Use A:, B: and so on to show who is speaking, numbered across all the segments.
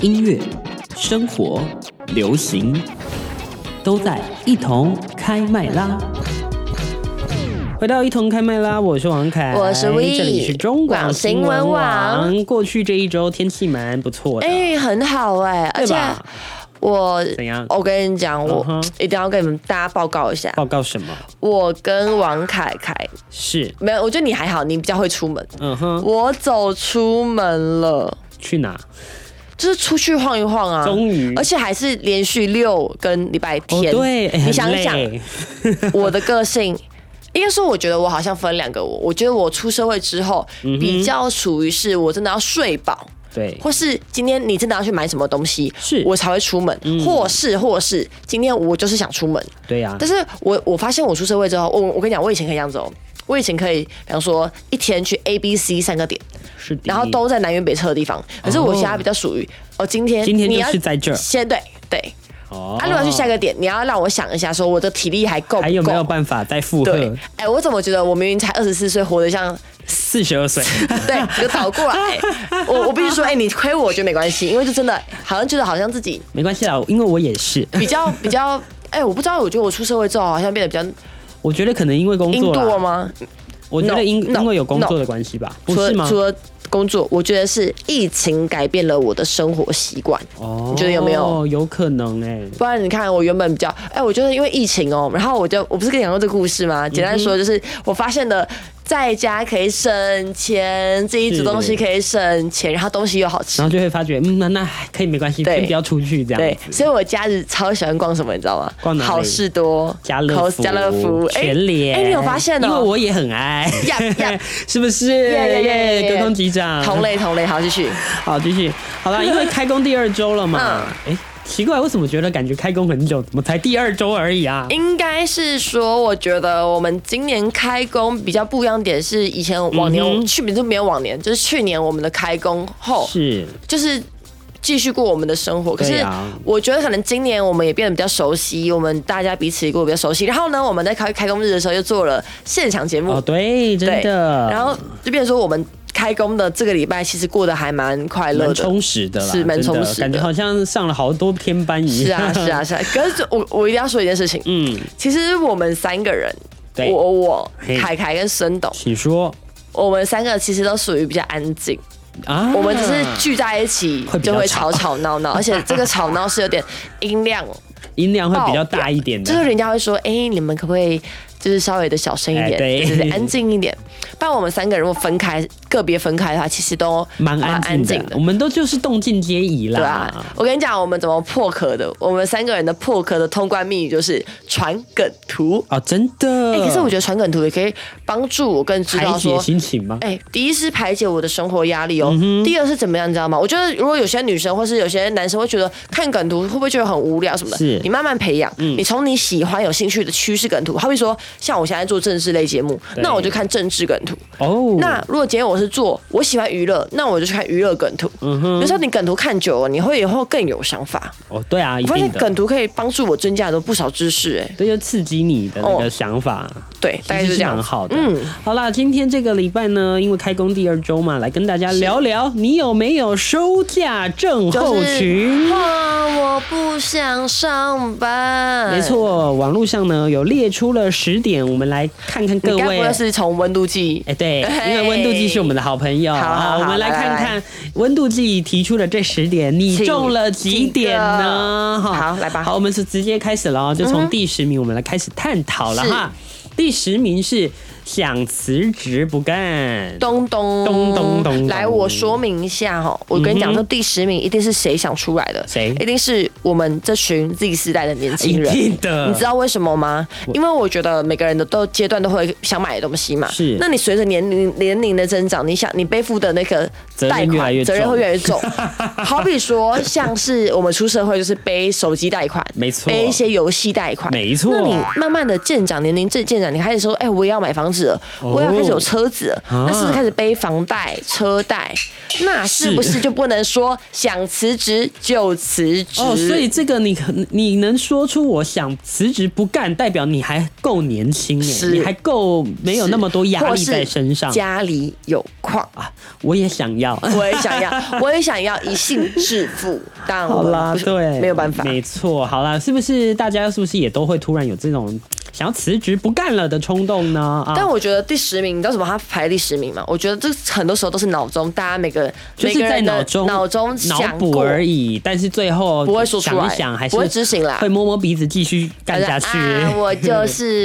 A: 音乐、生活、流行，都在一同开麦啦。回到一同开麦啦，我是王凯，
B: 我是 We
A: 这里是中广新闻
B: 广新
A: 网。过去这一周天气蛮不错的，
B: 哎、很好哎、而
A: 对
B: 且
A: 吧？
B: 我
A: 怎样
B: 我跟你讲，我、
A: 嗯哼
B: 一定要跟你们大家报告一下，
A: 报告什么？
B: 我跟王凯凯
A: 是，
B: 没有，我觉得你还好，你比较会出门。
A: 嗯哼，
B: 我走出门了，
A: 去哪？
B: 就是出去晃一晃啊，
A: 终于
B: 而且还是连续六跟礼拜
A: 哦，
B: 天。
A: 对，哎
B: 你想想，
A: 很累
B: 我的个性，应该说，我觉得我好像分两个我。我觉得我出社会之后，
A: 嗯
B: 比较属于是我真的要睡饱，
A: 对，
B: 或是今天你真的要去买什么东西，
A: 是嗯
B: 我才会出门，或是或是今天我就是想出门。
A: 对呀、
B: 但是我我发现我出社会之后，我我跟你讲，我以前可以这样子哦。我以前可以，比方说一天去 A、B、C 三个点，
A: 是的，
B: 然后都在南辕北辙的地方。可是我现在比较属于，哦，今天
A: 今天
B: 你
A: 就
B: 要
A: 是在这儿
B: 先对对。
A: 哦，
B: 啊，如果要去下个点，你要让我想一下，说我的体力还够不够？
A: 还有没有办法再负
B: 对
A: 荷？，
B: 哎、我怎么觉得我明明才二十四岁，活得像
A: 四十二岁，
B: 对有倒过来？我我必须说，哎、你亏我，我觉得没关系，因为就真的好像觉得好像自己
A: 没关系啦，因为我也是，
B: 比较比较，哎、我不知道，我觉得我出社会之后好像变得比
A: 我觉得可能因为工
B: 较阴
A: 作
B: 惰
A: 啦，
B: 吗？
A: 我觉得因
B: No,
A: 因为有工
B: no,
A: 作的关系吧，不
B: 除
A: 是
B: 了
A: 吗？
B: 除了工作，我觉得是疫情改变了我的生活习惯。
A: 哦
B: 你觉得有没有？
A: 有可能哎，
B: 不然你看，我原本比较，哎、我觉得因为疫情哦，然后我就我不是跟你讲过这个故事吗？简单
A: 嗯
B: 说就是，我发现了在家可以省钱，自己煮东西可以省钱，然后东西又好吃
A: 然。后就会发觉，嗯，那那还可以没关系，
B: 对
A: 先不要出去这
B: 对
A: 样，子。
B: 所以我假日超喜欢逛什么，你知道吗？
A: 逛哪里
B: 好事多、
A: 家乐
B: Cost-
A: 福、
B: 家乐福、哎
A: 全联，
B: 哎、你有发现哦？
A: 因为我也很爱，
B: 呀呀
A: 是不是？
B: 呀呀呀呀
A: 沟通机长，
B: 同类同类，好继续。
A: 好，继续。好 啦，因为开工第二周了嘛，
B: 嗯
A: 哎、奇怪，为什么觉得感觉开工很久？怎么才第二周而已啊？
B: 应该是说，我觉得我们今年开工比较不一样点是，以前往年、
A: 嗯哼
B: 去年就没有往年，就是去年我们的开工后
A: 是，
B: 就是。继续过我们的生活，可
A: 对
B: 是
A: 啊
B: 我觉得可能今年我们也变得比较熟悉，我们大家彼此也过得比较熟悉。然后呢，我们在开开工日的时候又做了现场节目，
A: 哦，对，真
B: 对
A: 的，
B: 然后就变成说我们开工的这个礼拜其实过得还蛮快乐
A: 蛮
B: 的。
A: 充实的啦，
B: 是
A: 真
B: 蛮
A: 的
B: 充实的
A: 感觉好像上了好多天班一
B: 是
A: 样。
B: 啊，是，啊，是啊。可是我我一定要说一件事情，
A: 嗯，
B: 其实我们三个人，
A: 对
B: 我我
A: 嘿
B: 凯凯跟孙董，
A: 请说
B: 我们三个其实都属于比较安静，
A: 啊，
B: 我们只是聚在一起
A: 会比较
B: 就会
A: 吵
B: 吵吵闹 闹，而且这个吵闹是有点音量哦，
A: 音量会比较大一点
B: 就是
A: 的，
B: 人家会说，哎、你们可不可以就是稍微的小声一
A: 哎
B: 点，
A: 对
B: 就是安静一点。不然我们三个人如果分开个别分开的话，其实都
A: 蛮安静的。我们都就是动静皆宜
B: 对
A: 啦。
B: 啊，我跟你讲，我们怎么破壳的？我们三个人的破壳的通关密语就是传梗图。
A: 哦，真的。
B: 哎、可是我觉得传梗图也可以帮助我更知
A: 排
B: 道
A: 解
B: 说。
A: 心情吗？
B: 哎、第一是排解我的生活压力哦，第二是怎么样，你知道吗？我觉得如果有些女生或是有些男生会觉得看梗图会不会觉得很无聊什么的，
A: 是
B: 你慢慢培养，你从你喜欢有兴趣的趋势梗图，好比说像我现在做政治类节目，
A: 对
B: 那我就看政治梗图，
A: 哦，
B: 那如果今天我是做我喜欢娱乐，那我就去看娱乐梗图。
A: 嗯
B: 有时候你梗图看久了，你会以后更有想法。
A: 哦，对啊，一
B: 我发
A: 定
B: 现
A: 的
B: 梗，图可以帮助我增加了不少知识、哎，
A: 对，就刺激你的那个
B: 哦
A: 想法。
B: 对，大概
A: 其
B: 就
A: 实是
B: 这样
A: 蛮。好的。
B: 嗯，
A: 好啦，今天这个礼拜呢，因为开工第二周嘛，来跟大家聊聊，你有没有收假症候群？
B: 哇，我不想上班。
A: 没，错，网络上呢有列出了十点，我们来看看各
B: 你该不
A: 位
B: 会。是从温度计？
A: 哎，对，
B: 嘿
A: 因为温度计是我们的好朋友，
B: 好好好
A: 我们来
B: 来
A: 看
B: 来
A: 看温度计提出的这十点，你
B: 请
A: 中了几点呢？
B: 几个
A: 哈
B: 好来吧嗯
A: 好，我们是直接开始了哦，就从第十名我们来开始探讨了哈。第十名是想辞职不干，
B: 咚咚
A: 咚咚咚咚
B: 来，我说明一下哈，我跟你
A: 嗯
B: 讲，
A: 哼
B: 这第十名一定是谁想出来的？
A: 谁
B: 一定是我们这群 Z 世代的年
A: 一
B: 轻人。
A: 定的，
B: 你知道为什么吗？因为我觉得每个人的都阶段都会想买的东西嘛。
A: 是
B: 那你随着年龄年龄的增长，你想你背负的那个
A: 责任
B: 贷
A: 越来
B: 款
A: 越
B: 责任
A: 重
B: 会越来 越重。好比说，像是我们出社会就是背手机贷款，
A: 没错
B: 背一些游戏贷款，
A: 没错
B: 那你慢慢的渐长年龄渐渐长，你开始说，哎、我也要买房房子了，我要开始有车子了，
A: 哦
B: 那是不是开始背房贷、车贷？那是不是就不能说想辞职就辞职？
A: 哦，所以这个你可你能说出我想辞职不干，代表你还够年轻哎，
B: 是
A: 你还够没有那么多压
B: 或
A: 力
B: 是
A: 在身上
B: 家里有矿。
A: 啊！我也想要，
B: 我也 想要，我也想要一性致富。但
A: 好
B: 我们
A: 啦
B: 不，是
A: 对，
B: 没有办法。
A: 没错，好啦，是不是大家是不是也都会突然有这种想要辞职不干了的冲动呢？啊，
B: 但我觉得第十名，你知道为什么他排第十名吗？我觉得这很多时候都是脑中，大家每个
A: 就是
B: 每个
A: 在
B: 人的
A: 脑中
B: 脑中
A: 脑
B: 想
A: 补
B: 过
A: 而已，但是最后
B: 不会说出来
A: 想一想还是
B: 不会执行啦
A: 会摸摸鼻子继续干下去，
B: 啊、我就 是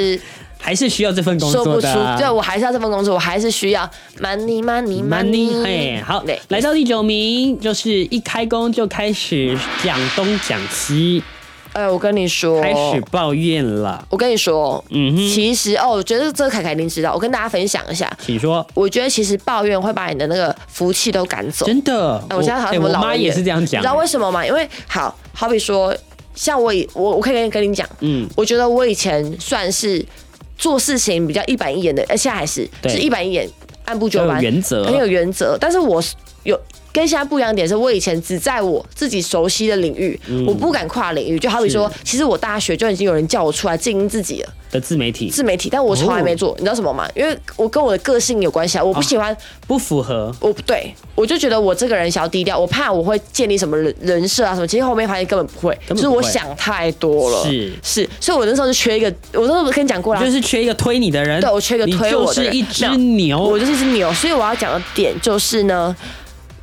A: 还是需要这份工
B: 说不
A: 作
B: 出
A: 的、，啊
B: 对我还是要这份工作，我还是需要 money money
A: Money，嘿，好
B: 对，，
A: 来到第九名，就是一开工就开始讲东讲西，
B: 哎，我跟你说，
A: 开始抱怨了。
B: 我跟你说，
A: 嗯哼
B: 其实哦，我觉得这个凯凯一定知道，我跟大家分享一下，
A: 请说，
B: 我觉得其实抱怨会把你的那个福气都赶走。
A: 真的，
B: 哎我现在
A: 哎
B: 好像什么
A: 我
B: 老
A: 妈
B: 人
A: 也
B: 院
A: 是这样讲
B: 你知，道为什么吗？因为好好比说，像我以我我可以跟跟你讲，
A: 嗯，
B: 我觉得我以前算是做事情比较一板一眼的，呃，现在还是
A: 对
B: 是一板一眼，按部就
A: 有
B: 班，
A: 原则，
B: 很有原则。但是我是有跟现在不一样的点是，我以前只在我自己熟悉的领域，我不敢跨领域。就好比说，其实我大学就已经有人叫我出来经营自己了，
A: 的自媒体
B: 自媒体，但我从来没
A: 哦
B: 做。你知道什么吗？因为我跟我的个性有关系啊，我不喜欢，
A: 不符合，
B: 我不对，我就觉得我这个人想要低调，我怕我会建立什么人人设啊什么。其实后面发现根本不会，
A: 本不会
B: 就是我想太多了。
A: 是
B: 是，所以我那时候就缺一个，我那时候不是跟你讲过了，
A: 就是缺一个推你的人，
B: 啊对我缺一个推我的人
A: 你就是一
B: 没
A: 只
B: 有
A: 牛
B: 我，就是一只牛，所以我要讲的点就是呢，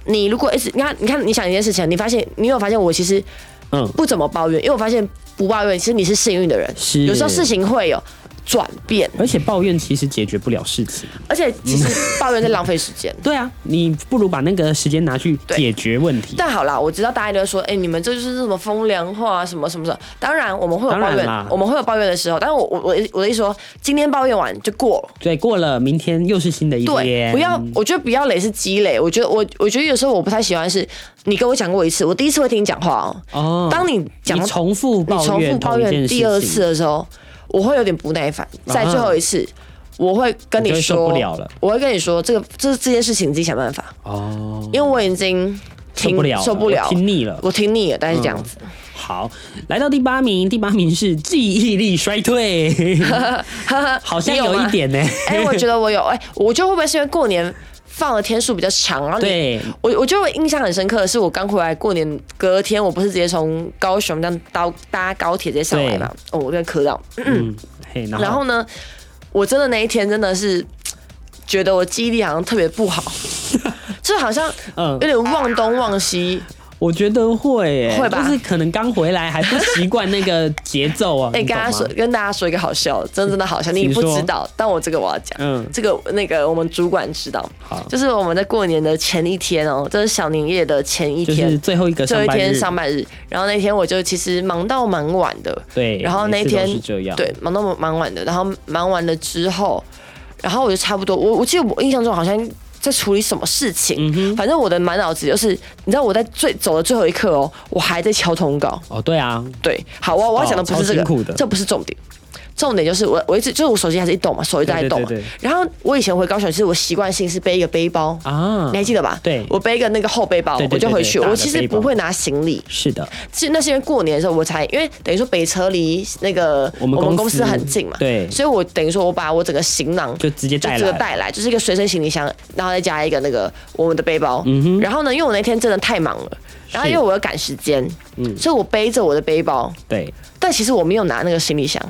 B: 你如果一直你看，你看，你想一件事情，啊你发现你有发现我其实
A: 嗯，
B: 不怎么抱怨，因为我发现不抱怨，其实你是幸运的人，
A: 是
B: 有时候事情会有转变，
A: 而且抱怨其实解决不了事情，
B: 而且其
A: 嗯
B: 实抱怨在浪费时间。
A: 对啊，你不如把那个时间拿去
B: 对
A: 解决问题。
B: 但好啦，我知道大家都会说，哎、你们这就是什么风凉话啊，什么什么什么。当然，我们会有抱
A: 当然
B: 怨
A: 啦，
B: 我们会有抱怨的时候。但是我我我的我的意思说，今天抱怨完就过了，
A: 对，过了明天又是新的一
B: 对，
A: 天，
B: 不要，我觉得不要累是积累。我觉得我我觉得有时候我不太喜欢是，你跟我讲过一次，我第一次会听你讲话哦。
A: 哦
B: 当你讲
A: 你
B: 到
A: 重复
B: 你
A: 抱
B: 重复
A: 怨
B: 抱
A: 同一件
B: 怨
A: 事情，啊
B: 第二次的时候，我会有点不耐烦。在最后一次，我会跟
A: 你就
B: 你
A: 会
B: 说，
A: 受不了了
B: 我会跟你说，这个这这件事情你自己想办法，
A: 哦，
B: 因为我已经
A: 受
B: 听
A: 不了了，
B: 受不了
A: 我，听腻了。
B: 我听腻了，大概是这样子。
A: 好，来到第八名，第八名是记忆力衰 退，嗯好像
B: 你有
A: 有一
B: 吗
A: 点呢、
B: 哎、我觉得我有，哎、我觉得会不会是因为过年放的天数比较长，然后你。
A: 对，
B: 我我觉得我印象很深刻的是，我刚回来过年隔天，我不是直接从高雄这样搭搭高铁直接上来嘛？哦，我被磕到。
A: 嗯，嘿，然后
B: 然后呢，我真的那一天真的是觉得我记忆力好像特别不好， 就好像
A: 嗯
B: 有点忘东忘西。
A: 我觉得会、欸，
B: 会吧
A: 就是可能刚回来还不习惯那个节奏啊。
B: 哎、
A: 你懂
B: 跟大家
A: 吗
B: 说，跟大家说一个好笑的，真的真的好笑，你
A: 请
B: 不
A: 说
B: 知道，但我这个我要讲。
A: 嗯
B: 这个那个我们主管知道
A: 好，
B: 就是我们在过年的前一天哦，这是小年夜的前一
A: 就
B: 天，
A: 是最后一个
B: 最
A: 上
B: 后一
A: 班
B: 天
A: 日，
B: 上班日，然后那天我就其实忙到蛮晚的，
A: 对，
B: 然后那
A: 每次
B: 天
A: 都是这样，
B: 对，忙到蛮晚的，然后忙完了之后，然后我就差不多，我我记得我印象中好像在处理什么事情，
A: 嗯哼，
B: 反正我的满脑子就是，你知道我在最走的最后一刻哦，我还在敲通告，
A: 哦，对啊，
B: 对，好，我我要讲的不是这
A: 超辛苦的
B: 个，这不是重点。重点就是我，我一直就是我手机还是一动嘛，手机都在动嘛。
A: 对对对
B: 然后我以前回高雄，其实我习惯性是背一个背包，
A: 啊
B: 你，还记得吧？
A: 对
B: 我背一个那个后背包，
A: 对对对
B: 我就回去。
A: 对大的
B: 我其实
A: 背包
B: 不会拿行李，
A: 是的，
B: 是那是因为过年的时候我才，因为等于说北车离那个
A: 我们
B: 公
A: 公司
B: 司很近嘛，
A: 对
B: 所以我等于说我把我整个行囊
A: 就直接带
B: 这个
A: 来，
B: 带来，就是一个随身行李箱，然后再加一个那个我们的背包。
A: 嗯
B: 然后呢，因为我那天真的太忙了，然后因为我要赶时间，
A: 嗯
B: 所以我背着我的背包，
A: 对，
B: 但其实我没有拿那个行 李箱。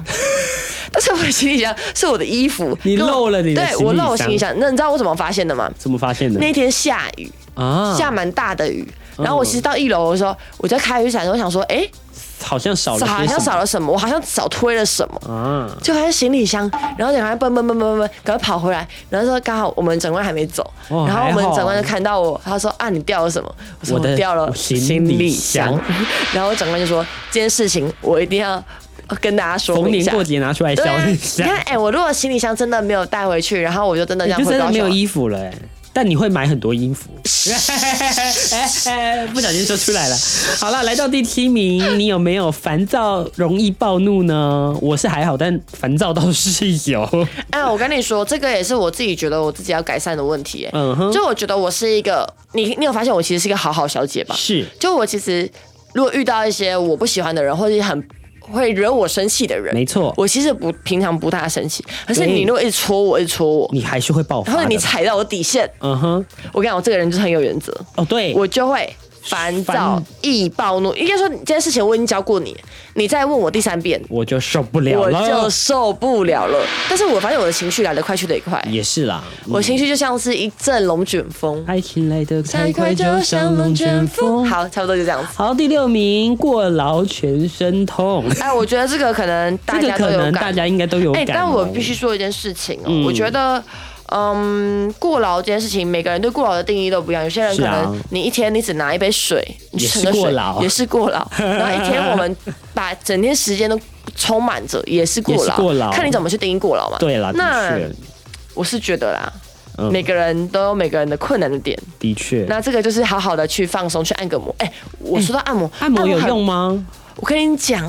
B: 但是我的行李箱是我的衣服，
A: 你
B: 跟我
A: 漏了你的
B: 对
A: 行李
B: 我漏了
A: 箱嗯
B: 行李箱。那你知道我怎么发现的吗？
A: 怎么发现的
B: 那天下雨，
A: 啊？
B: 下蛮大的雨。然后
A: 嗯
B: 我其实到一楼的时候，我在开雨伞的时候想说，哎、
A: 好像少了些什么，
B: 好像少了什么，我好像少推了什么，
A: 啊，
B: 就发现行李箱，然后赶快奔奔奔奔奔奔，赶快跑回来，然后说刚好我们长官还没走，
A: 哦
B: 然后我
A: 还
B: 们
A: 好
B: 长官就看到我，他说啊你掉了什么？我说
A: 我的
B: 我掉了
A: 行李
B: 李
A: 箱，
B: 然后我长官就说这件事情我一定要跟大家说
A: 逢
B: 明一
A: 年
B: 下。
A: 过节拿出来
B: 对
A: 笑
B: 啊，
A: 一
B: 你
A: 下，
B: 看哎、我如果行李箱真的没有带回去，然后我就真的这
A: 你
B: 样
A: 就
B: 回
A: 真
B: 高
A: 的没有
B: 雄，
A: 衣服了，哎但你会买很多 衣服。哎哎，不小心说出来了。好了，来到第七名，你有没有烦躁、容易暴怒呢？我是还好，但烦躁倒是 有。
B: 哎，我跟你说，这个也是我自己觉得我自己要改善的问题。哎，
A: 嗯哼，
B: 就我觉得我是一个，你你有发现我其实是一个好好小姐吧？
A: 是
B: 就我其实如果遇到一些我不喜欢的人，或者很会惹我生气的人，
A: 没错，
B: 我其实不平常不大生气，可是
A: 对
B: 你如果一直戳我，一直戳我，
A: 你还是会爆发
B: 或
A: 的。
B: 者你踩到我底线，
A: 嗯哼，
B: 我跟你讲，我这个人就是很有原则，
A: 哦对，
B: 我就会。烦躁、易暴怒，应该说这件事情我已经教过你，你再问我第三遍，
A: 我就受不了
B: 我
A: 了。
B: 就受不了了。但是我发现我的情绪来得快去得也快，
A: 也是啦，
B: 我情绪就像是一阵龙卷风，
A: 爱情来得
B: 太
A: 太
B: 快
A: 快，
B: 就
A: 就
B: 像
A: 像
B: 龙
A: 龙
B: 卷
A: 卷
B: 风。
A: 风。
B: 好，差不多就这样子。
A: 好，第六名过劳全身痛，
B: 哎，我觉得这个可能 大
A: 这个
B: 家都
A: 可
B: 有
A: 能大
B: 感。
A: 家应该都有
B: 哎、
A: 感、哦。
B: 但我必须说一件事情哦，
A: 嗯
B: 我觉得。嗯，过劳这件事情，每个人对过劳的定义都不一样。有些人
A: 是
B: 可
A: 啊
B: 能你一天你只拿一杯水，你就
A: 也是
B: 盛个水
A: 过劳
B: 也是 过劳。然后一天我们把整天时间都充满着，也是过
A: 也
B: 劳。
A: 是过劳
B: 看你怎么去定义过劳嘛。
A: 对啦，
B: 那
A: 的确，
B: 我是觉得啦，
A: 嗯
B: 每个人都有每个人的困难的点。
A: 的确。
B: 那这个就是好好的去放松，去按个摩。哎、我
A: 嗯
B: 说到按摩，
A: 按摩有
B: 很
A: 用吗？
B: 我跟你讲，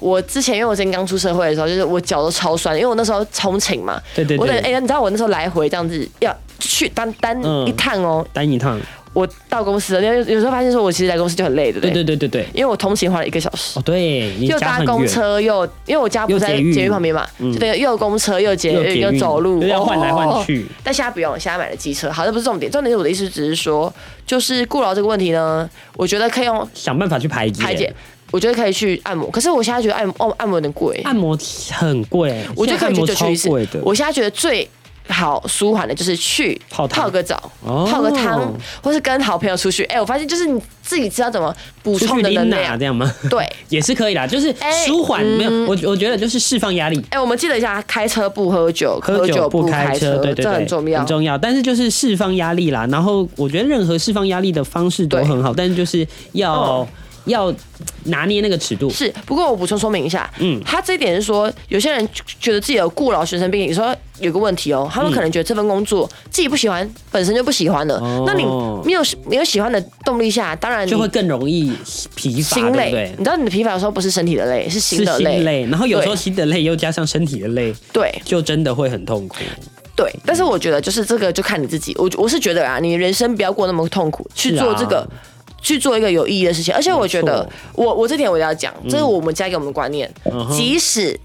B: 我之前因为我之前刚出社会的时候，就是我脚都超酸，因为我那时候通勤嘛。
A: 对对对
B: 我等哎、你知道我那时候来回这样子要去单单
A: 嗯
B: 一趟哦，
A: 单一趟，
B: 我到公司了，因为有时候发现说我其实来公司就很累，对不
A: 对
B: 对？
A: 对对对对。
B: 因为我通勤花了一个小时。
A: 哦，对，你
B: 又
A: 家
B: 搭
A: 很
B: 公
A: 远，
B: 车又，因为我家不在
A: 又捷运嗯
B: 捷运旁边嘛，就等于又公车又捷
A: 又
B: 运
A: 捷
B: 又
A: 运
B: 走路，
A: 对要换来换去
B: 哦但现在不用，现在买了机车。好，这不是重点，重点是我的意思，只是说，就是过劳这个问题呢，我觉得可以用
A: 想办法去排解。
B: 排解，我觉得可以去按摩。可是我现在觉得按摩哦，按摩有点贵，
A: 按摩很贵，
B: 我觉得可以
A: 现
B: 去
A: 在
B: 就
A: 按摩
B: 去一次
A: 超贵的。。
B: 我现在觉得最好舒缓的就是去
A: 泡汤
B: 泡个澡、
A: 哦
B: 泡个汤，或是跟好朋友出去。哎、我发现就是你自己知道怎么补
A: 出
B: 充
A: 去
B: 你的
A: 拎
B: 能
A: 拿
B: 量
A: 这。样吗？
B: 对，
A: 也是可以啦，就是
B: 哎
A: 舒缓，没有我我觉得就是释放压力，
B: 哎、我们记得一下，开车不喝酒，
A: 喝酒不
B: 开
A: 开车，对对对，
B: 这很重要
A: 很。重要。但是就是释放压力啦，然后我觉得任何释放压力的方式都
B: 对
A: 很好，但是就是要
B: 哦
A: 要拿捏那个尺度，
B: 是，不过我补充说明一下，
A: 嗯
B: 嗯，他这一点是说，有些人觉得自己有过劳学生病，你说有个问题哦，他们
A: 嗯
B: 可能觉得这份工作自己不喜欢，本身就不喜欢了，
A: 哦
B: 那你没有没有喜欢的动力下，当然你
A: 就会更容易疲乏，
B: 心
A: 对不
B: 累
A: 对，
B: 你？知道你的疲乏有时候不是身体的累，是心
A: 是
B: 的
A: 心
B: 累，
A: 累，然后有时候
B: 对
A: 心的累又加上身体的累，
B: 对
A: 就真的会很痛苦。
B: 对，但
A: 嗯
B: 是我觉得就是这个就看你自己，我我是觉得啊，你人生不要过那么痛苦，去
A: 是啊
B: 做这个。去做一个有意义的事情，而且我觉得
A: 没错，
B: 我我这点我要讲，这是我们家给我们的观念。
A: 嗯哼
B: 即使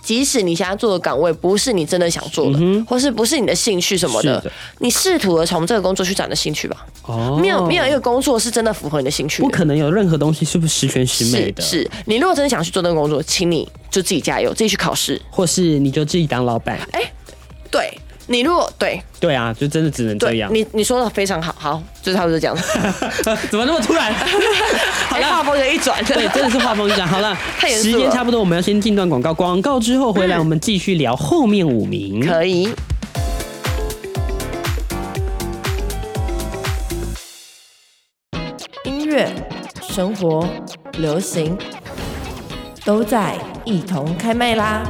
B: 即使你现在做的岗位不是你真的想做的，或是不是你的兴趣什么
A: 嗯
B: 的，
A: 是的
B: 你试图的从这个工作去找你的兴趣吧。
A: 哦
B: 没有没有一个工作是真的符合你的兴趣的
A: 不可能有任何东西是不是十全十美
B: 是
A: 的，
B: 是，你如果真的想去做那个工作，请你就自己加油，自己去考试。
A: 或是你就自己当老板。
B: 对你如果对
A: 对啊，就真的只能这
B: 对，
A: 样。
B: 你你说的非常好，好，就差不多这样。
A: 怎么那么突 然？好
B: 哎，
A: 了。
B: 话锋有一转，
A: 对，真的是画风一样。好了，
B: 太严肃
A: 时
B: 了嗯
A: 间差不多，我们要先进段广告。广告之后回来，我们继续聊后面五名。
B: 可以。
C: 音乐、生活、流行，都在一同开麦啦！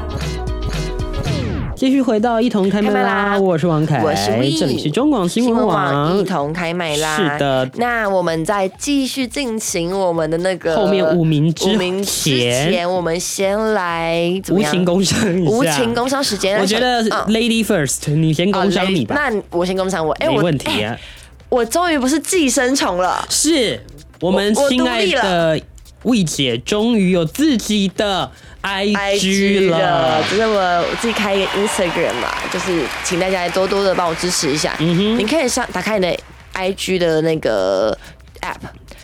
A: 继续回到一同开麦
B: 开麦
A: 啦，
B: 啦
A: 我是王凯，
B: 我是 We
A: 哎这里是中广新闻
B: 网一
A: 网。
B: 同开麦啦。
A: 是的
B: 那我们再继续进行我们的那个
A: 后面五名之
B: 五名之
A: 前
B: 前，我们先来怎么
A: 无
B: 样？
A: 情工伤一下，
B: 无情工伤时间。
A: 我觉得
B: 嗯
A: Lady First，你先工伤你吧，
B: 哦那我先工伤我，哎，
A: 没
B: 我
A: 问题
B: 哎
A: 啊。
B: 我终于不是寄生虫了。
A: 是我们
B: 我我
A: 亲
B: 独
A: 爱
B: 立
A: 的魏姐终于有自己的 IG
B: IG
A: 了
B: 了，，就是我自己开一个 Instagram 嘛，就是请大家多多的帮我支持一下。
A: 嗯
B: 你可以上打开你的 IG 的那个 App，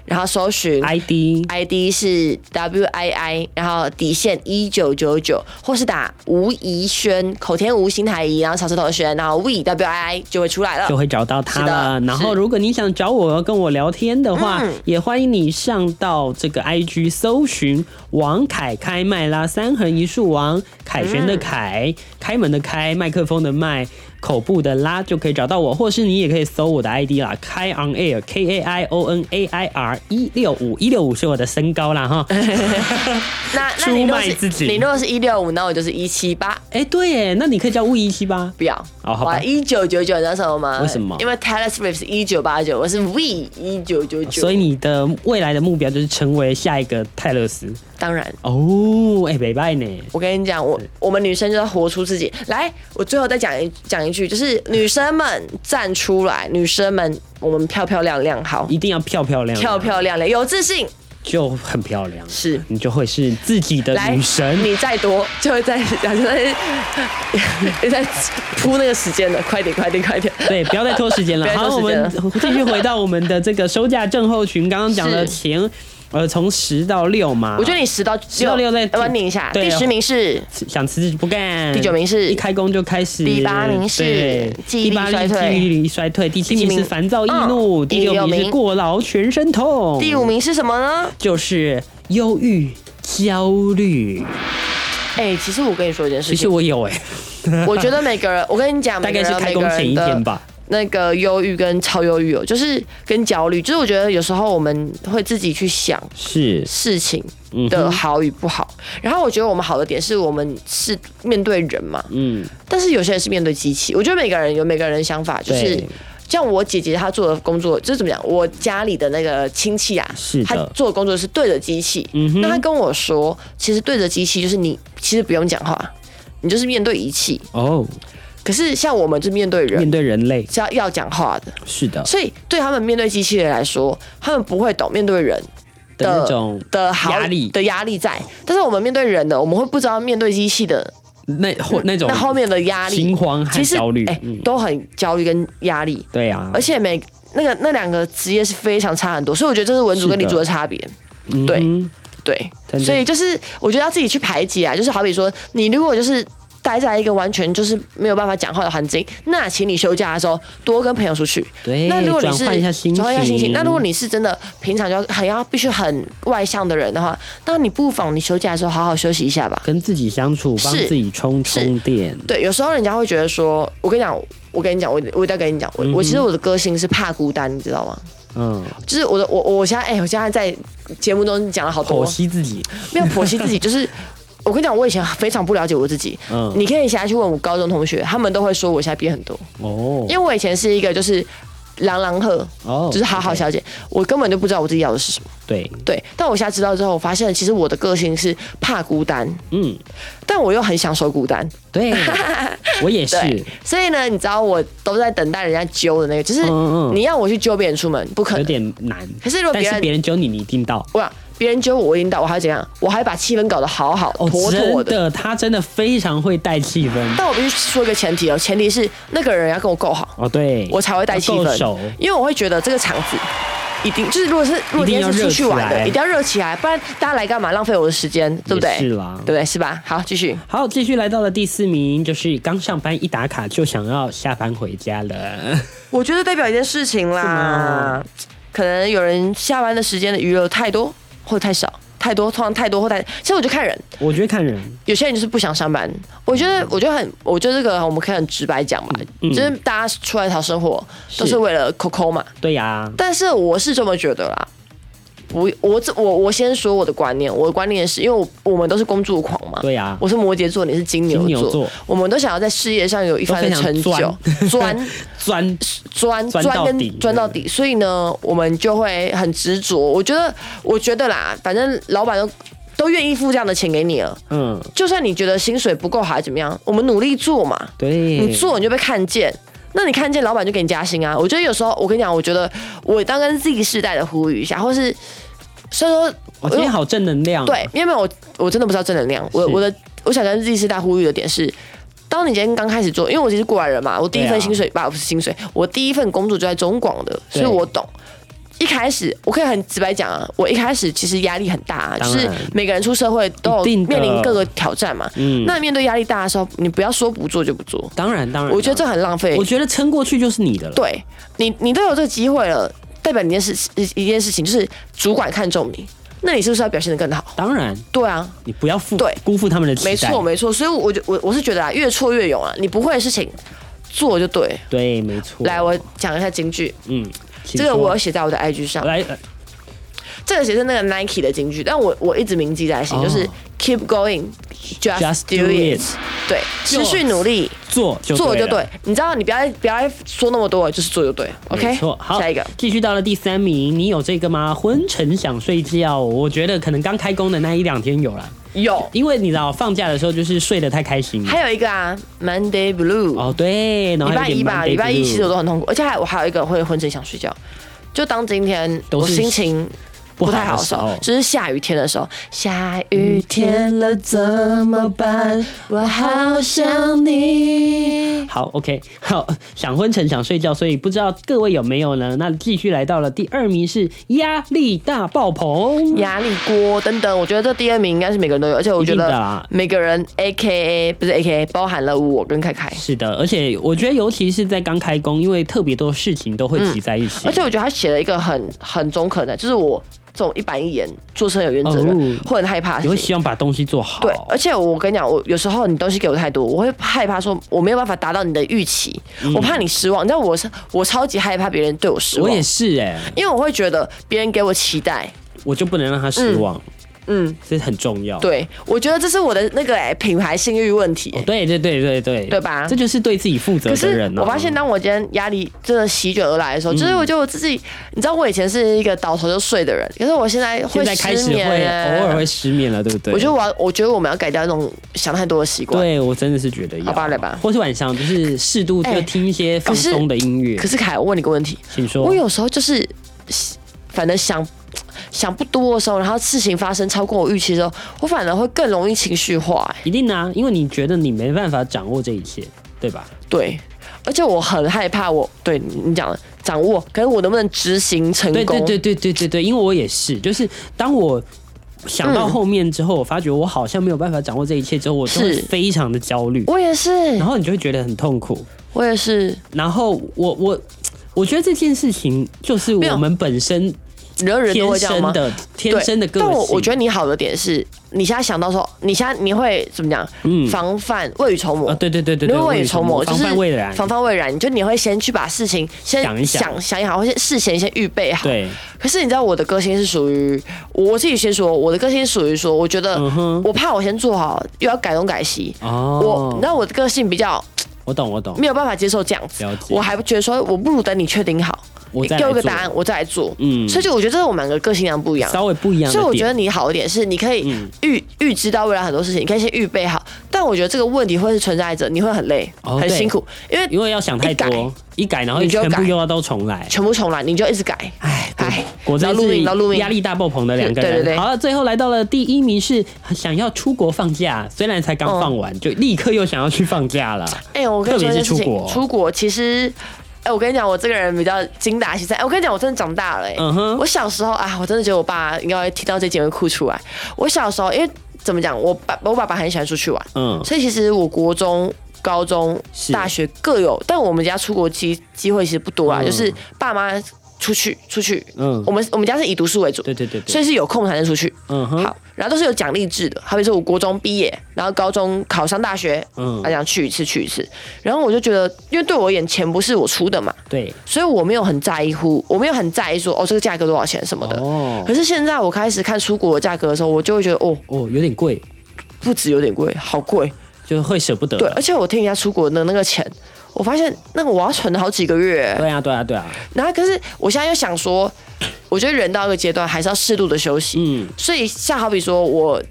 B: 然后搜寻
A: ID
B: ID 是 W I I，然后底线一九九九，或是打吴怡轩，口天吴心台怡，然后草字头的轩，然后 We W I I 就会出来了
A: 就。会找到他了。
B: 是的
A: 然后，
B: 是
A: 如果你想找我跟我聊天的话，
B: 嗯
A: 也欢迎你上到这个 IG 搜寻王凯开
B: 嗯
A: 麦啦，三横一竖王，凯旋的凯，开门的开，麦克风的麦。口部的拉就可以找到我，或是你也可以搜我的 ID 啦，开 on air K A I O N A I R 一六五一六五是我的身高啦哈。
B: 那那你
A: 出
B: 如果
A: 卖
B: 是
A: 自己
B: 你如果是一六五，那我就是一七八，
A: 哎、对耶，那你可以叫乌一七八
B: 不要。
A: 哦好吧
B: 一九九九，你知道什么吗？
A: 为什么
B: 因为 Taylor Swift 是一九八九，我是 V 一九九九，
A: 所以你的未来的目标就是成为下一个泰勒斯
B: 当然。
A: 哦，哎、北拜呢，
B: 我跟你讲，我我们女生就要活出自己。来，我最后再讲一讲一句，就是女生们站出来，女生们我们漂漂亮亮好，
A: 一定要漂漂亮亮，
B: 漂漂亮亮，有自信
A: 就很漂亮，
B: 是。
A: 你就会是自己的
B: 来，
A: 呃女神。
B: 你再多就会在，假设在你在铺那个时间了，快点，快点，快点。
A: 对，不要再拖时间了。
B: 不要
A: 好，
B: 再
A: 我
B: 拖时
A: 们
B: 间了
A: 继续回到我们的这个收假症候群，刚刚讲了前呃从十到六嘛，
B: 我觉得你十到十
A: 啊到六再
B: 我帮你一下，
A: 对
B: 第十名是
A: 想辞职不干，
B: 第九名是
A: 一开工就开始，
B: 第八名是
A: 对
B: 记忆力
A: 第八名
B: 衰退
A: 记忆力衰退，第七
B: 第七
A: 名
B: 名
A: 是烦躁易怒，
B: 嗯
A: 第六名
B: 第六
A: 是
B: 名
A: 过劳全身痛，
B: 第五名是什么呢？
A: 就是忧郁焦虑。
B: 哎、其实我跟你说一件事
A: 其实
B: 情，
A: 我有哎、
B: 我觉得每个人，我跟你讲，
A: 大概是
B: 每个人
A: 开工前一天。吧。
B: 那个忧郁跟超忧郁哦，就是跟焦虑，就是我觉得有时候我们会自己去想
A: 是，
B: 事情
A: 嗯
B: 的
A: 哼
B: 好与不好。然后我觉得我们好的点是我们是面对人嘛，
A: 嗯，
B: 但是有些人是面对机器。我觉得每个人有每个人的想法，就是
A: 对
B: 像我姐姐她做的工作，就是怎么讲，我家里的那个亲戚啊
A: 是，的
B: 她做的工作是对着机器。
A: 嗯哼
B: 那她跟我说，其实对着机器就是你其实不用讲话，你就是面对仪器。
A: 哦，
B: 可是像我们是面对人
A: 面，对人类，
B: 是要要讲话的。
A: 是的，
B: 所以对他们面对机器人来说，他们不会懂面对人
A: 的那种
B: 的好
A: 压力
B: 的压力在，但是我们面对人的，我们会不知道面对机器的
A: 那或那种
B: 那后面的压力、
A: 心慌和
B: 其实
A: 焦虑
B: 哎、
A: 嗯
B: 都很焦虑跟压力，
A: 对啊，
B: 而且每那个那两个职业是非常差很多，所以我觉得这是文组跟
A: 是的
B: 理组的差别。
A: 嗯
B: 对
A: 哼
B: 对，
A: 真的
B: 所以就是我觉得要自己去排解啊，就是好比说，你如果就是待在一个完全就是没有办法讲话的环境，那请你休假的时候多跟朋友出去。
A: 对
B: 那如果你是
A: 哎转换一下心情
B: 转换一下心情，那如果你是真的平常就要很要必须很外向的人的话，那你不妨你休假的时候好好休息一下吧。
A: 跟自己相处，帮
B: 是
A: 自己充
B: 是
A: 充电，
B: 对，有时候人家会觉得说，我跟你讲，我跟你讲，我我一定要跟你讲，我、我其实我的个性是怕孤单，你知道吗？
A: 嗯，
B: 就是我的我我现在哎、我现在在节目中讲了好多
A: 剖，析自己，
B: 没有剖析自己，就是 我跟你讲，我以前非常不了解我自己。
A: 嗯
B: 你可以现在去问我高中同学，他们都会说我现在变很多，
A: 哦，
B: 因为我以前是一个就是朗朗赫，
A: 哦
B: 就是好好小姐，我根本就不知道我自己要的是什么。
A: 对，
B: 对，但我现在知道之后，我发现其实我的个性是怕孤单，
A: 嗯，
B: 但我又很享受孤单。
A: 对，我也是，
B: 对，所以呢，你知道我都在等待人家揪的那个，就是
A: 嗯嗯嗯
B: 你要我去揪别人出门，不可
A: 有
B: 能。
A: 点难。
B: 可 是如果
A: 但
B: 别
A: 是
B: 人
A: 别人揪你，你一定到。
B: 我想别人揪我，我已经到，我还要怎样？我还把气氛搞得好好、
A: 哦，
B: 妥妥
A: 真
B: 的。
A: 的，他真的非常会带气氛。
B: 但我必须说一个前提哦，前提是那个人要跟我够好，
A: 哦，对，
B: 我才会带气
A: 要够
B: 氛
A: 熟，
B: 因为我会觉得这个场子。一定就是，如果是如果今天是出去玩的，
A: 一定要热起来
B: 一定要热起来，不然大家来干嘛？浪费我的时间，对不对？
A: 也是啦
B: 对不对？是吧？好，继续。
A: 好，继续来到了第四名，就是刚上班一打卡就想要下班回家了。
B: 我觉得代表一件事情啦
A: 吗，
B: 可能有人下班的时间的娱乐太多或太少，太多通常太多或太，其实我就看人，
A: 我觉得看人，
B: 有些人就是不想上班。我觉
A: 嗯
B: 得，我觉得很，我觉得这个我们可以很直白讲吧，就是大家出来讨生活都是为了 Coco 嘛。
A: 对呀、
B: 但是我是这么觉得啦。我我这我我先说我的观念，我的观念是因为我我们都是工作狂嘛，
A: 对呀
B: 我是摩羯座，你是金牛座，
A: 金牛座
B: 我们都想要在事业上有一番的
A: 都非常
B: 成 就，钻
A: 钻
B: 钻
A: 钻到
B: 跟
A: 底
B: 钻到底，所以呢，我们就会很执着。我觉得，我觉得啦，反正老板都都愿意付这样的钱给你了，
A: 嗯，
B: 就算你觉得薪水不够还是怎么样，我们努力做嘛，
A: 对，
B: 你做你就被看见。那你看见老板就给你加薪啊！我觉得有时候，我跟你讲，我觉得我当跟 Z 世代的呼吁一下，或是虽然说
A: 我今天好正能量，啊
B: 对，，因为我我真的不知道正能量。我
A: 嗯是
B: 我的我想跟 Z 世代呼吁的点是，当你今天刚开始做，因为我其实过来人嘛，我第一
A: 对啊
B: 份薪水吧、不是薪水，我第一份工作就在中广的，所以
A: 对
B: 我懂。一开始我可以很直白讲啊，我一开始其实压力很大、啊，就
A: 当
B: 是
A: 然
B: 每个人出社会都有
A: 一定的
B: 面临各个挑战嘛。
A: 嗯
B: 那面对压力大的时候，你不要说不做就不做，
A: 当然当然，
B: 我觉得这
A: 当然
B: 很浪费
A: 我。觉得撑过去就是你的了，
B: 对你，你都有这个机会了，代表你一件事一一件事情就是主管看重你，那你是不是要表现得更好？
A: 当然
B: 对啊，
A: 你不要负
B: 对
A: 辜负他们的期待，
B: 没错，没错，所以我就我我是觉得啊，越挫越勇啊，你不会的事情做就对。
A: 对，没错。
B: 来，我讲一下京剧，
A: 嗯，请
B: 这个
A: 说
B: 我有写在我的 IG 上，
A: 来，呃
B: 这个写是那个 Nike 的京剧，但我我一直铭记在心，
A: 哦
B: 就是 Keep going, just,
A: Just
B: do
A: do
B: it，
A: it
B: 对，持续努力，
A: 做就
B: 做就
A: 了
B: 对。你知道，你不要再不要再说那么多，就是做就对。
A: 没
B: OK，
A: 错，好，
B: 下一个，
A: 继续到了第三名，你有这个吗？昏沉想睡觉，我觉得可能刚开工的那一两天有啦，
B: 有，
A: 因为你知道放假的时候就是睡得太开心了。
B: 还有一个啊，Monday Blue，
A: 哦，对，然后
B: 礼拜
A: 还有
B: 一
A: 点
B: 吧，
A: Monday
B: 礼拜
A: Blue
B: 一其实我都很痛苦，而且还我还有一个会昏沉想睡觉，就当今天
A: 都
B: 我
A: 是
B: 心情不太好的时
A: 不好
B: 候
A: 的时候，
B: 就是下雨天的时候，下雨天了怎么办？我好想你。
A: 好，OK，好，想昏沉想睡觉，所以不知道各位有没有呢？那继续来到了第二名是压力大爆棚，
B: 压力锅等等，我觉得这第二名应该是每个人都有，而且我觉
A: 一定的
B: 得
A: 啦
B: 每个人 A K A 不是 A K A 包含了我跟凯凯，
A: 是的，而且我觉得尤其是在刚开工，因为特别多事情都会挤在一起，
B: 嗯而且我觉得他写了一个很很中肯的，就是我这种一板一眼做事很有原则的人
A: 哦
B: 会很害怕的
A: 你
B: 事
A: 会
B: 情。
A: 希望把东西做好，
B: 对，而且我跟你讲，我有时候你东西给我太多，我会害怕说我没有办法达到你的预期，
A: 嗯
B: 我怕你失望。你知道我是我超级害怕别人对我失
A: 我
B: 望，
A: 也是哎、
B: 因为我会觉得别人给我期待，
A: 我就不能让他失望，
B: 嗯，
A: 这很重要。
B: 对我觉得这是我的那个、哎品牌信誉问题、哎
A: 哦对对对对对，
B: 对吧
A: 这就是对自己负责
B: 可
A: 的
B: 是
A: 人、哦。嗯
B: 我发现，当我今天压力真的席卷而来的时候，就是我觉得我自己，你知道，我以前是一个倒头就睡的人，可是我现在
A: 现
B: 会
A: 在开
B: 失
A: 始
B: 眠、
A: 会
B: 哎
A: 偶尔会。失眠了，对不对？
B: 我觉得我要，我觉得我们要改掉那种想太多的习惯。
A: 对我真的是觉得要
B: 好吧来吧
A: 或是晚上就是适度就
B: 哎
A: 听一些放
B: 可是
A: 松的音乐
B: 可。是凯，我问你个问题，
A: 请说，
B: 我有时候就是，反正想想不多的时候，然后事情发生超过我预期的时候，我反而会更容易情绪化、哎
A: 一定的啊，因为你觉得你没办法掌握这一切，对吧？
B: 对，而且我很害怕我，对你你讲的掌握，可是我能不能执行成
A: 对
B: 功？
A: 对对对对对对，因为我也是，就是当我。想到
B: 嗯
A: 后面之后，我发觉我好像没有办法掌握这一切，之后我就会
B: 是
A: 非常的焦虑，
B: 我也是
A: 然，后你就会觉得很痛苦。
B: 我也是，
A: 然后我我我觉得这件事情就是
B: 没有
A: 我们本身
B: 你知道人都
A: 天
B: 会这样
A: 生
B: 吗？
A: 的天
B: 对
A: 生的个性。
B: 但我我觉得你好的点是，你现在想到说，你现在你会怎么讲？
A: 嗯
B: 防范未雨绸缪。
A: 啊，对对对对
B: 因
A: 对，
B: 为未
A: 也
B: 雨绸缪，就
A: 防
B: 是
A: 范未然。
B: 防范未然，就你会先去把事情先
A: 想一想
B: 想想一好，或先事前先预备好。
A: 对，
B: 可是你知道我的个性是属于我自己先说，我的个性是属于说，我觉得
A: 嗯哼
B: 我怕我先做好，又要改东改西。我
A: 哦，
B: 你知道我的个性比较
A: 我懂我懂
B: 没，有办法接受这样子
A: 了解，
B: 我还觉得说我不如等你确定好，
A: 我
B: 你
A: 再
B: 给我
A: 来
B: 一个
A: 做
B: 答案，我再来做。
A: 嗯
B: 所以就我觉得这是我们两个个性上不一样。
A: 稍微不一样的点。嗯
B: 所以我觉得你好一点是，你可以预预知到未来很多事情，你可以先预备好。但我觉得这个问题会是存在着，你会很累，
A: 哦
B: 很
A: 对
B: 辛苦，因为
A: 因为要想太多，一改然后
B: 你就
A: 全部
B: 改
A: 又要都重来。
B: 全部重来，你就一直改。哎哎，
A: 果真
B: 劳碌命，劳碌
A: 是
B: 命，
A: 压力大爆棚的两个
B: 对对
A: 人。
B: 对
A: 好了，最后来到了第一名是想要出国放假，虽然才刚放
B: 嗯
A: 完，就立刻又想要去放假了。
B: 哎、我跟你说一件事
A: 特别是出
B: 情，
A: 国
B: 出国其实。哎、我跟你讲，我这个人比较精打细算。哎、我跟你讲，我真的长大了、哎、
A: 嗯哼
B: 我小时候啊，我真的觉得我爸应该听到这节会哭出来。我小时候，因为怎么讲，我爸我爸爸很喜欢出去玩，
A: 嗯，
B: 所以其实我国中、高中
A: 是、
B: 大学各有，但我们家出国机机会其实不多啦，
A: 嗯
B: 就是爸妈出去出去，
A: 嗯
B: 我们我们家是以读书为主，
A: 对对对对
B: 所以是有空才能出去。
A: 嗯哼，
B: 好，然后都是有奖励制的，好比说我国中毕业，然后高中考上大学，
A: 嗯
B: 嗯，他想去一次去一次，然后我就觉得，因为对我而言钱不是我出的嘛，
A: 对，
B: 所以我没有很在乎，我没有很在意说哦这个价格多少钱什么的。
A: 哦
B: 可是现在我开始看出国的价格的时候，我就会觉得哦，
A: 哦，有点贵，
B: 不止有点贵，好贵。
A: 就会舍不得。
B: 对，而且我听人家出国的那个钱，我发现那个我要存好几个月。
A: 对啊，对啊，对啊，
B: 然后可是我现在又想说，我觉得人到一个阶段还是要适度的休息。
A: 嗯，
B: 所以像好比说我。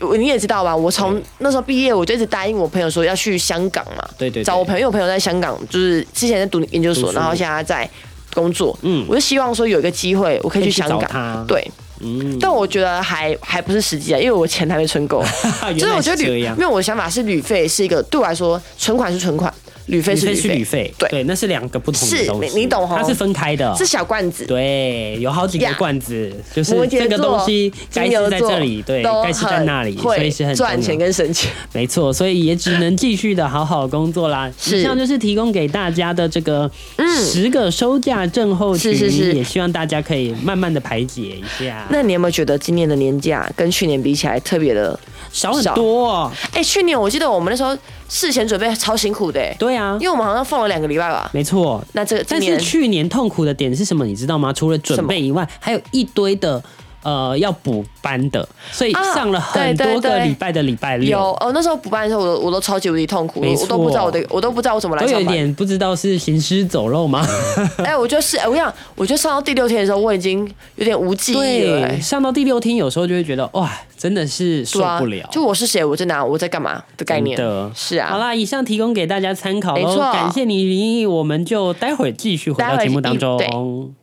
B: 我你也知道吧，我从那时候毕业，我就一直答应我朋友说要去香港嘛，
A: 对对对
B: 找我朋友，因为我朋友在香港，就是之前在读研究
A: 读
B: 所，
A: 书
B: 然后现在在工作，
A: 嗯
B: 嗯，我就希望说有一个机会我可以去香
A: 可以去找他
B: 港，对，
A: 嗯，
B: 但我觉得还还不是时机啊，因为我钱还 没存够，
A: 啊
B: 就是我觉得
A: 这
B: 旅，
A: 样
B: 因。为我的想法是旅费是一个对我来说，存款是存款，旅费
A: 旅
B: 是
A: 费是旅
B: 旅费，
A: 费，
B: 对
A: 对，那是两个不同的
B: 是
A: 东西，
B: 你你懂哦
A: 它是分开的，
B: 是小罐子，
A: 对，有好几个
B: 呀
A: 罐子，就是
B: 摩羯
A: 这个
B: 座
A: 东西该
B: 金牛
A: 是在
B: 座
A: 这里，对，
B: 都
A: 该是在
B: 很
A: 那里，所以
B: 会
A: 是很
B: 赚
A: 重要
B: 钱跟省钱。
A: 没错，所以也只能继续的好好工作啦。
B: 是嗯
A: 以上就是提供给大家的这个十个收假症候群，
B: 是是是
A: 也希望大家可以慢慢的排解一下，
B: 那你有没有觉得今年的年假跟去年比起来特别的？
A: 少很多、哦。
B: 哎、去年我记得我们那时候事前准备超辛苦的、欸，
A: 对啊
B: 因，为我们好像放了两个礼拜吧。
A: 没错。
B: 那这个今
A: 但是
B: 年
A: 去年痛苦的点是什么？你知道吗？除了准备以外，还有一堆的呃要补班的，所以
B: 啊
A: 上了很
B: 对
A: 多
B: 对
A: 个
B: 对
A: 礼拜的礼拜六。
B: 有哦，那时候补班的时候，我都我都超级无敌痛苦，
A: 没
B: 我
A: 错
B: 我都不知道我的，我都不知道我怎么来
A: 都有
B: 上班。
A: 点不知道是行尸走肉 吗？
B: 哎、我就是，哎、我想，我觉得上到第六天的时候，我已经有点无记忆了、哎
A: 上到第六天，有时候就会觉得哇，真的是受
B: 对啊
A: 不了。
B: 就我是谁，我在哪，我在干嘛的概念
A: 真的。
B: 是啊，
A: 好啦，以上提供给大家参考
B: 没
A: 喽，
B: 错
A: 感谢你林毅，我们就待会儿继续回
B: 待
A: 到
B: 会儿
A: 节目当
B: 一对
A: 中。